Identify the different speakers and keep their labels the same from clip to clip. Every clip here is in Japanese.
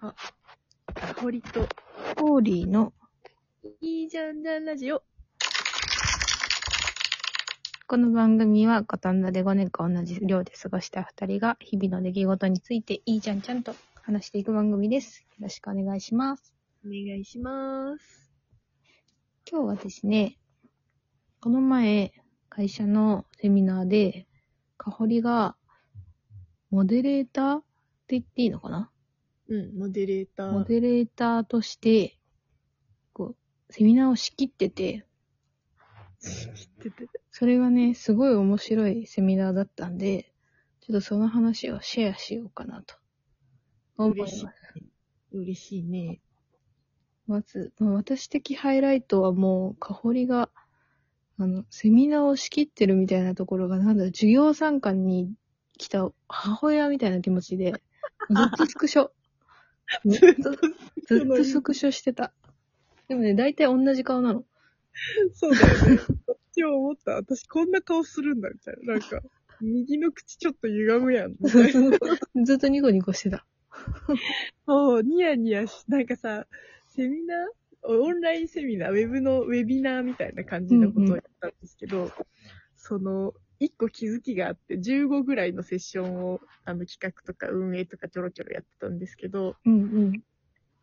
Speaker 1: あ、堀と、
Speaker 2: ホーリーの、
Speaker 1: いいじゃんじゃんラジオ。
Speaker 2: この番組は、五反田で5年間同じ寮で過ごした2人が、日々の出来事について、いいじゃんちゃんと話していく番組です。よろしくお願いします。
Speaker 1: お願いします。
Speaker 2: 今日はですね、この前、会社のセミナーで、かほりが、モデレーターって言っていいのかな
Speaker 1: うん、モデレーター。
Speaker 2: モデレーターとして、こう、セミナーを仕切ってて、
Speaker 1: てて
Speaker 2: それがね、すごい面白いセミナーだったんで、ちょっとその話をシェアしようかなと。思いま
Speaker 1: 嬉しい
Speaker 2: す。
Speaker 1: 嬉しいね。
Speaker 2: まず、まあ、私的ハイライトはもう、かほりが、あの、セミナーを仕切ってるみたいなところが、なんだろう、授業参観に来た母親みたいな気持ちで、ずっとスクショ。 ずっと、ずっとスクショしてた。でもね、大体同じ顔なの。
Speaker 1: そうだよね。こっちを思った。私こんな顔するんだ、みたいな。なんか、右の口ちょっと歪むやん。みたいな
Speaker 2: ずっとニコニコしてた。
Speaker 1: そう、ニヤニヤし、なんかさ、セミナーオンラインセミナー、ウェブのウェビナーみたいな感じのことをやったんですけど、その、一個気づきがあって、15ぐらいのセッションを、あの、企画とか運営とかちょろちょろやってたんですけど、
Speaker 2: うん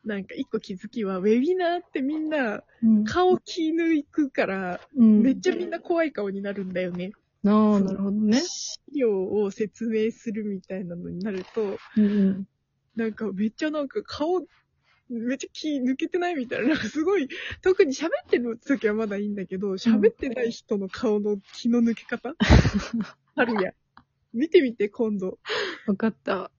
Speaker 1: なんか一個気づきは、ウェビナーってみんな、
Speaker 2: うん。うん、
Speaker 1: 顔気抜くから、
Speaker 2: うん、
Speaker 1: めっちゃみんな怖い顔になるんだよね。
Speaker 2: ああ、なるほどね。
Speaker 1: 資料を説明するみたいなのになると、
Speaker 2: うんうん。
Speaker 1: なんかめっちゃなんか顔、めっちゃ気抜けてないみたいな、なんかすごい、特に喋ってる時はまだいいんだけど、喋ってない人の顔の気の抜け 方あるやん。見てみて、今度。
Speaker 2: わかった。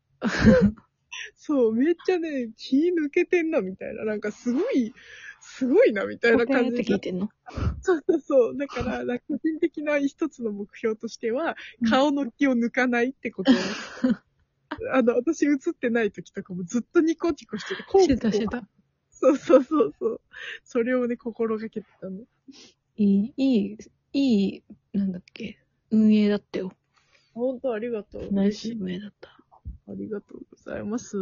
Speaker 1: そう、めっちゃね、気抜けてんな、みたいな。なんかすごい、すごいな、みたいな
Speaker 2: 答え
Speaker 1: 感
Speaker 2: って
Speaker 1: じ
Speaker 2: 聞い
Speaker 1: で。
Speaker 2: てんの
Speaker 1: そうそう そう。だか ら、なんか個人的な一つの目標としては、顔の気を抜かないっ てこと。あの、私映ってない時とかもずっとニコニコしてて、
Speaker 2: してたしてた。
Speaker 1: そうそうそうそう。それをね、心がけてたの。
Speaker 2: いい、いい、いい、なんだっけ、運営だったよ。
Speaker 1: 本当ありがとう。
Speaker 2: ナイス運営だった。
Speaker 1: ありがとうございます。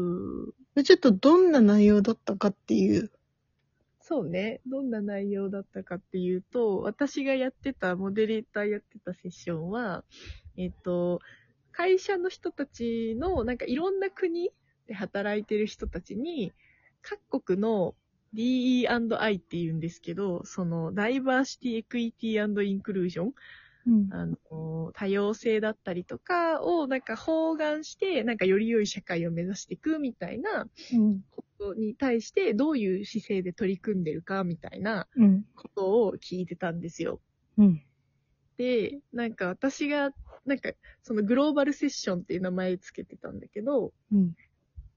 Speaker 2: でちょっとどんな内容だったかっていう。
Speaker 1: そうね。どんな内容だったかっていうと、私がやってた、モデレーターやってたセッションは、えっと、会社の人たちの、なんかいろんな国で働いてる人たちに、各国の DE&I って言うんですけど、その、ダイバーシティ、エクイティインクルージョン
Speaker 2: うん
Speaker 1: あの、多様性だったりとかをなんか包含して、なんかより良い社会を目指していくみたいな
Speaker 2: うん。
Speaker 1: ことに対してどういう姿勢で取り組んでるかみたいな
Speaker 2: うん。
Speaker 1: ことを聞いてたんですよ。
Speaker 2: うん。
Speaker 1: で、なんか私が、なんかそのグローバルセッションっていう名前つけてたんだけど、
Speaker 2: うん。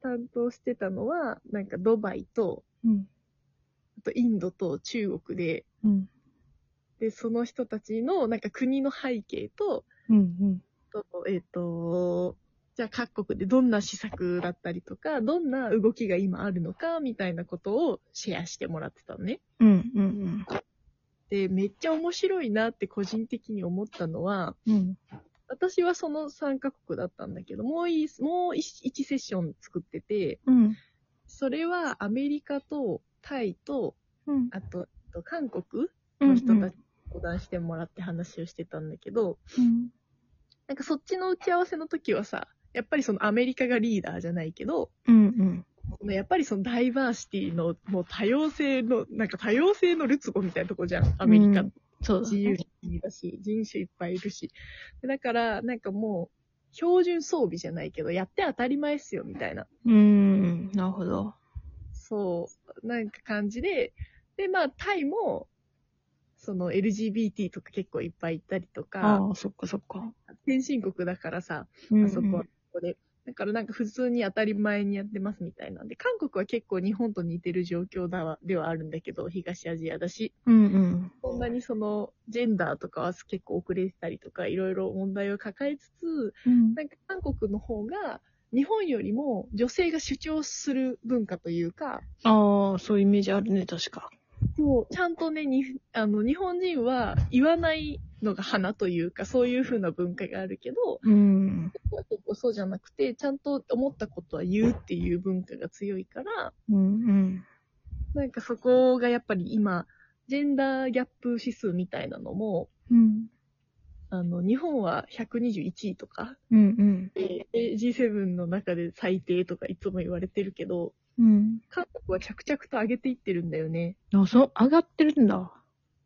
Speaker 1: 担当してたのは、なんかドバイと、
Speaker 2: うん。
Speaker 1: あとインドと中国で、
Speaker 2: うん。
Speaker 1: で、その人たちのなんか国の背景と、
Speaker 2: うん。
Speaker 1: と、えっ、と、じゃあ各国でどんな施策だったりとか、どんな動きが今あるのか、みたいなことをシェアしてもらってたのね。
Speaker 2: うん。うん。
Speaker 1: で、めっちゃ面白いなって個人的に思ったのは、
Speaker 2: うん。
Speaker 1: 私はその3カ国だったんだけど、もういもう 1, セッション作ってて、
Speaker 2: うん。
Speaker 1: それはアメリカとタイと、
Speaker 2: うん。
Speaker 1: あと、あと韓国
Speaker 2: う
Speaker 1: の
Speaker 2: ん。
Speaker 1: 人たちに相談してもらって話をしてたんだけど、
Speaker 2: うん。
Speaker 1: なんかそっちの打ち合わせの時はさ、やっぱりそのアメリカがリーダーじゃないけど、
Speaker 2: うん。うん。
Speaker 1: やっぱりそのダイバーシティのもう多様性の、なんか多様性のルツボみたいなとこじゃん。アメリカ、
Speaker 2: うんそうだ
Speaker 1: 自由だし、人種いっぱいいるし。だから、なんかもう、標準装備じゃないけど、やって当たり前っすよ、みたいな。
Speaker 2: うん。なるほど。
Speaker 1: そう、なんか感じで。で、まあ、タイも、その LGBT とか結構いっぱいいたりとか、
Speaker 2: ああ、そっかそっか。
Speaker 1: 先進国だからさ、
Speaker 2: うん
Speaker 1: あそこはここで。だからなんか普通に当たり前にやってますみたいなんで、韓国は結構日本と似てる状況だわではあるんだけど、東アジアだし、
Speaker 2: うん。うん。
Speaker 1: そんなにそのジェンダーとかは結構遅れてたりとか、いろいろ問題を抱えつつ、
Speaker 2: うん。
Speaker 1: なんか韓国の方が日本よりも女性が主張する文化というか、
Speaker 2: ああ、そういうイメージあるね、確か。
Speaker 1: そう、ちゃんとね、にあの日本人は言わないのが花というか、そういう風な文化があるけど、
Speaker 2: うん。
Speaker 1: こうこうそうじゃなくて、ちゃんと思ったことは言うっていう文化が強いから、
Speaker 2: うんうん。
Speaker 1: なんかそこがやっぱり今、ジェンダーギャップ指数みたいなのも、
Speaker 2: うん。
Speaker 1: あの、日本は121位とか、
Speaker 2: うん
Speaker 1: で G7 の中で最低とかいつも言われてるけど、
Speaker 2: うん。
Speaker 1: 韓国は着々と上げていってるんだよね。
Speaker 2: うん。あ、そう、上がってるんだ。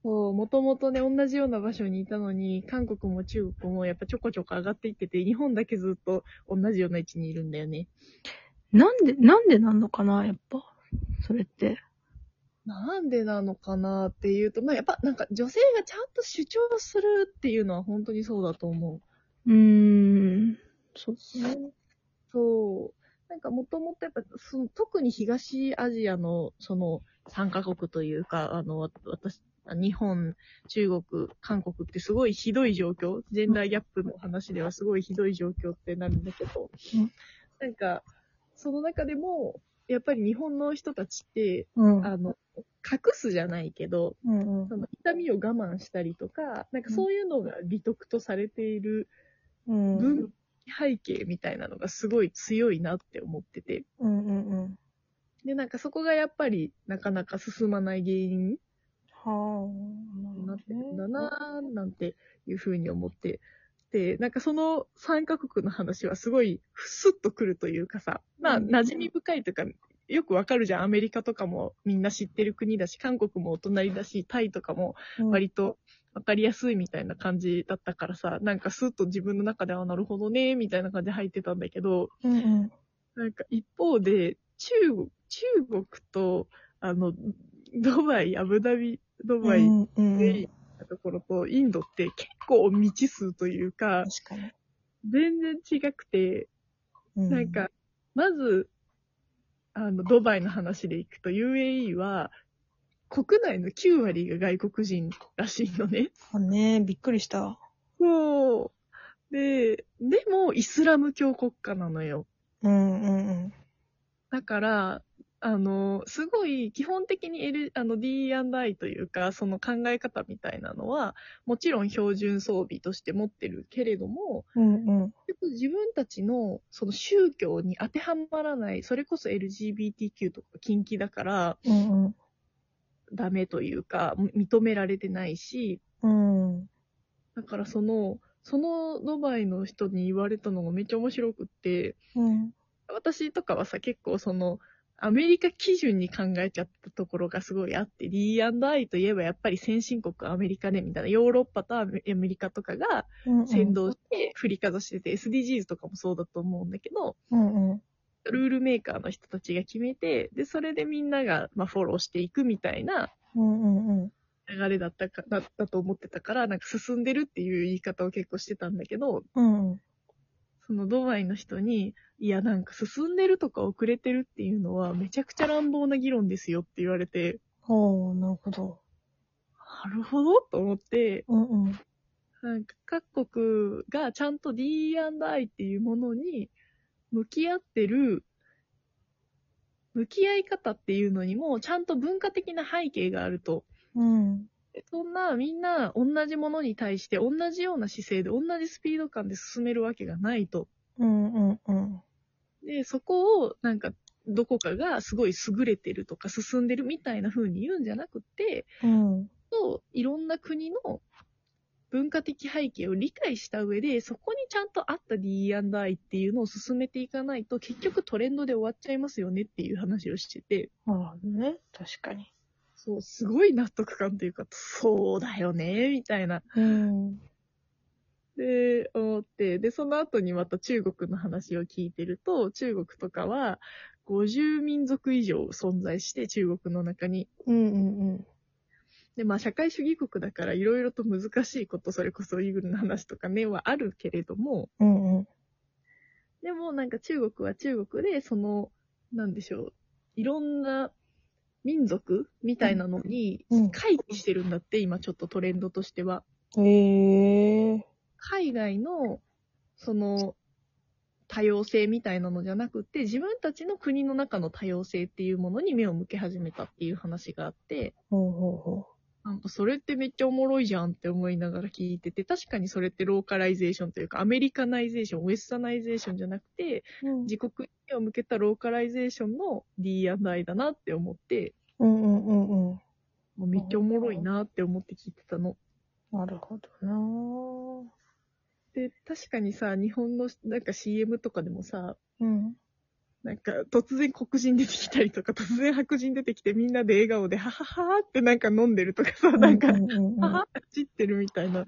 Speaker 1: そう、もともとね、同じような場所にいたのに、韓国も中国もやっぱちょこちょこ上がっていってて、日本だけずっと同じような位置にいるんだよね。
Speaker 2: なんで、なんでなんのかな、やっぱ。それって。
Speaker 1: なんでなのかなっていうと、まあ、やっぱなんか女性がちゃんと主張するっていうのは本当にそうだと思う。
Speaker 2: うーん。そうね。
Speaker 1: そう。なんかもともとやっぱその、特に東アジアのその3カ国というか、あの、わ私、日本、中国、韓国ってすごいひどい状況。ジェンダーギャップの話ではすごいひどい状況ってなるんだけど
Speaker 2: うん、
Speaker 1: なんか、その中でも、やっぱり日本の人たちって、
Speaker 2: うん。
Speaker 1: あの、隠すじゃないけど、
Speaker 2: うんうん
Speaker 1: その痛みを我慢したりとか、なんかそういうのが美徳とされている
Speaker 2: うん
Speaker 1: 文背景みたいなのがすごい強いなって思ってて。
Speaker 2: うんうんうん。
Speaker 1: で、なんかそこがやっぱりなかなか進まない原因に
Speaker 2: はあ。
Speaker 1: なってるんだなぁ、なんていうふうに思って。で、なんかその3カ国の話はすごいスッとくるというかさ、まあ
Speaker 2: うん
Speaker 1: 馴染み深いというか、よくわかるじゃん。アメリカとかもみんな知ってる国だし、韓国もお隣だし、タイとかも
Speaker 2: うん
Speaker 1: 割と分かりやすいみたいな感じだったからさ、なんかスッと自分の中で、あ、なるほどね、みたいな感じで入ってたんだけど、
Speaker 2: うんうん。
Speaker 1: なんか一方で、中国、中国と、あの、ドバイ、アブダビ、ドバイ、
Speaker 2: う
Speaker 1: ウ
Speaker 2: んうんう
Speaker 1: ェイ
Speaker 2: ん。
Speaker 1: なところと、インドって結構未知数というか、
Speaker 2: 確かに。
Speaker 1: 全然違くて、
Speaker 2: う
Speaker 1: なん、か、まず、あの、ドバイの話でいくと、UAE は、国内の9割が外国人らしいのね。
Speaker 2: あねびっくりした。
Speaker 1: そう。で、でも、イスラム教国家なのよ。
Speaker 2: うんうん
Speaker 1: だから、あの、すごい、基本的に、L、あの、D&I というか、その考え方みたいなのは、もちろん標準装備として持ってるけれども、
Speaker 2: うん。うんうん。
Speaker 1: 結局自分たちの、その宗教に当てはまらない、それこそ LGBTQ とか禁忌だから、
Speaker 2: うん
Speaker 1: ダメというか、認められてないし、
Speaker 2: うん。うん。
Speaker 1: だからその、そのドバイの人に言われたのがめっちゃ面白くって、
Speaker 2: うん。
Speaker 1: 私とかはさ、結構その、アメリカ基準に考えちゃったところがすごいあって、D&I といえばやっぱり先進国アメリカね、みたいな、ヨーロッパとアメアメリカとかが
Speaker 2: うん。
Speaker 1: 先導して振りかざしてて、SDGs とかもそうだと思うんだけど、
Speaker 2: うんうん。
Speaker 1: ルールメーカーの人たちが決めて、で、それでみんなが、まあ、フォローしていくみたいな
Speaker 2: うんうんうん。
Speaker 1: 流れだったか、だだと思ってたから、なんか進んでるっていう言い方を結構してたんだけど、
Speaker 2: うんうん。
Speaker 1: そのドバイの人に、いや、なんか進んでるとか遅れてるっていうのは、めちゃくちゃ乱暴な議論ですよって言われて、
Speaker 2: ほう、なるほど。
Speaker 1: なるほどと思って、
Speaker 2: うんうん。
Speaker 1: なんか各国がちゃんと D&I っていうものに向き合ってる、向き合い方っていうのにも、ちゃんと文化的な背景があると。
Speaker 2: うん。
Speaker 1: そんな、みんな同じものに対して、同じような姿勢で、同じスピード感で進めるわけがないと。
Speaker 2: うんうんうん。
Speaker 1: で、そこを、なんか、どこかがすごい優れてるとか進んでるみたいな風に言うんじゃなくて、
Speaker 2: うん。
Speaker 1: といろんな国の文化的背景を理解した上で、そこにちゃんと合った D&I っていうのを進めていかないと、結局トレンドで終わっちゃいますよねっていう話をしてて、
Speaker 2: ああね。確かに。
Speaker 1: そう、すごい納得感というか、そうだよね、みたいな。
Speaker 2: うん。
Speaker 1: で、思って、で、その後にまた中国の話を聞いてると、中国とかは、50民族以上存在して、中国の中に。
Speaker 2: うんうんうん。
Speaker 1: で、まあ、社会主義国だから、いろいろと難しいこと、それこそイーグルの話とかね、はあるけれども、
Speaker 2: うんうん。
Speaker 1: でもなんか中国は中国で、その、なんでしょう、いろんな民族みたいなのに、
Speaker 2: うん
Speaker 1: 回帰してるんだって、今ちょっとトレンドとしては。
Speaker 2: へえ。
Speaker 1: 海外の、その、多様性みたいなのじゃなくて、自分たちの国の中の多様性っていうものに目を向け始めたっていう話があって、
Speaker 2: ほうほうほ
Speaker 1: なんかそれってめっちゃおもろいじゃんって思いながら聞いてて、確かにそれってローカライゼーションというか、アメリカナイゼーション、ウェスタナイゼーションじゃなくて、
Speaker 2: う。うん
Speaker 1: 自国に目を向けたローカライゼーションの D&I だなって思って、
Speaker 2: うんうんうん。
Speaker 1: もうめっちゃおもろいなって思って聞いてたの。
Speaker 2: なるほどなぁ
Speaker 1: で、確かにさ、日本のなんか CM とかでもさ、
Speaker 2: うん。
Speaker 1: なんか突然黒人出てきたりとか、突然白人出てきてみんなで笑顔で、はははーってなんか飲んでるとかさ、 なんか、
Speaker 2: う
Speaker 1: は
Speaker 2: んうんうん
Speaker 1: ははーって散ってるみたいな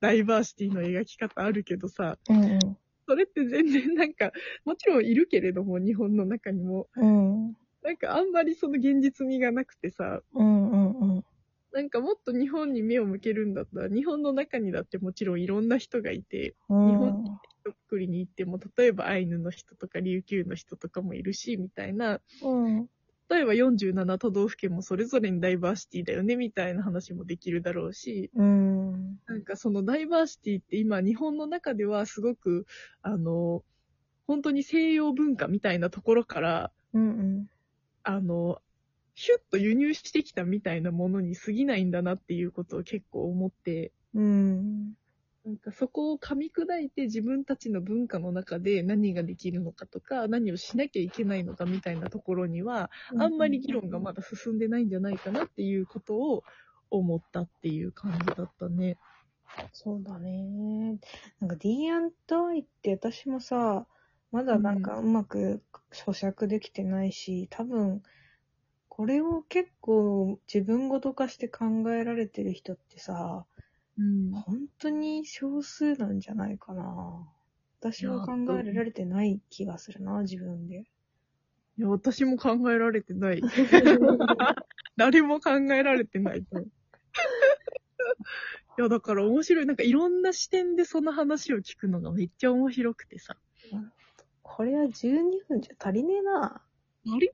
Speaker 1: ダイバーシティの描き方あるけどさ、
Speaker 2: うん
Speaker 1: それって全然なんか、もちろんいるけれども、日本の中にも。
Speaker 2: うん。
Speaker 1: なんかあんまりその現実味がなくてさ、
Speaker 2: うんうんうん。
Speaker 1: なんかもっと日本に目を向けるんだったら、日本の中にだってもちろんいろんな人がいて、
Speaker 2: うん
Speaker 1: 日本ひとっくりに行っても、例えばアイヌの人とか琉球の人とかもいるし、みたいな、
Speaker 2: うん。
Speaker 1: 例えば47都道府県もそれぞれにダイバーシティだよね、みたいな話もできるだろうし、
Speaker 2: うん。
Speaker 1: なんかそのダイバーシティって今日本の中ではすごく、あの、本当に西洋文化みたいなところから、
Speaker 2: うん
Speaker 1: あの、ヒュッと輸入してきたみたいなものに過ぎないんだなっていうことを結構思って、
Speaker 2: うん。うん。
Speaker 1: なんかそこを噛み砕いて自分たちの文化の中で何ができるのかとか、何をしなきゃいけないのかみたいなところには、あんまり議論がまだ進んでないんじゃないかなっていうことを思ったっていう感じだったね。
Speaker 2: そうだね。なんか D&I って私もさ、まだなんかうまく咀嚼できてないし、多分、これを結構自分ごと化して考えられてる人ってさ、
Speaker 1: うん
Speaker 2: 本当に少数なんじゃないかな。私は考
Speaker 1: いや
Speaker 2: えられてない気がするな、自分で。
Speaker 1: いや、私も考えられて ない。誰も考えられてない。いや、だから面白い。なんかいろんな視点でその話を聞くのがめっちゃ面白くてさ。
Speaker 2: これは12分じゃ足りねえな。
Speaker 1: あれ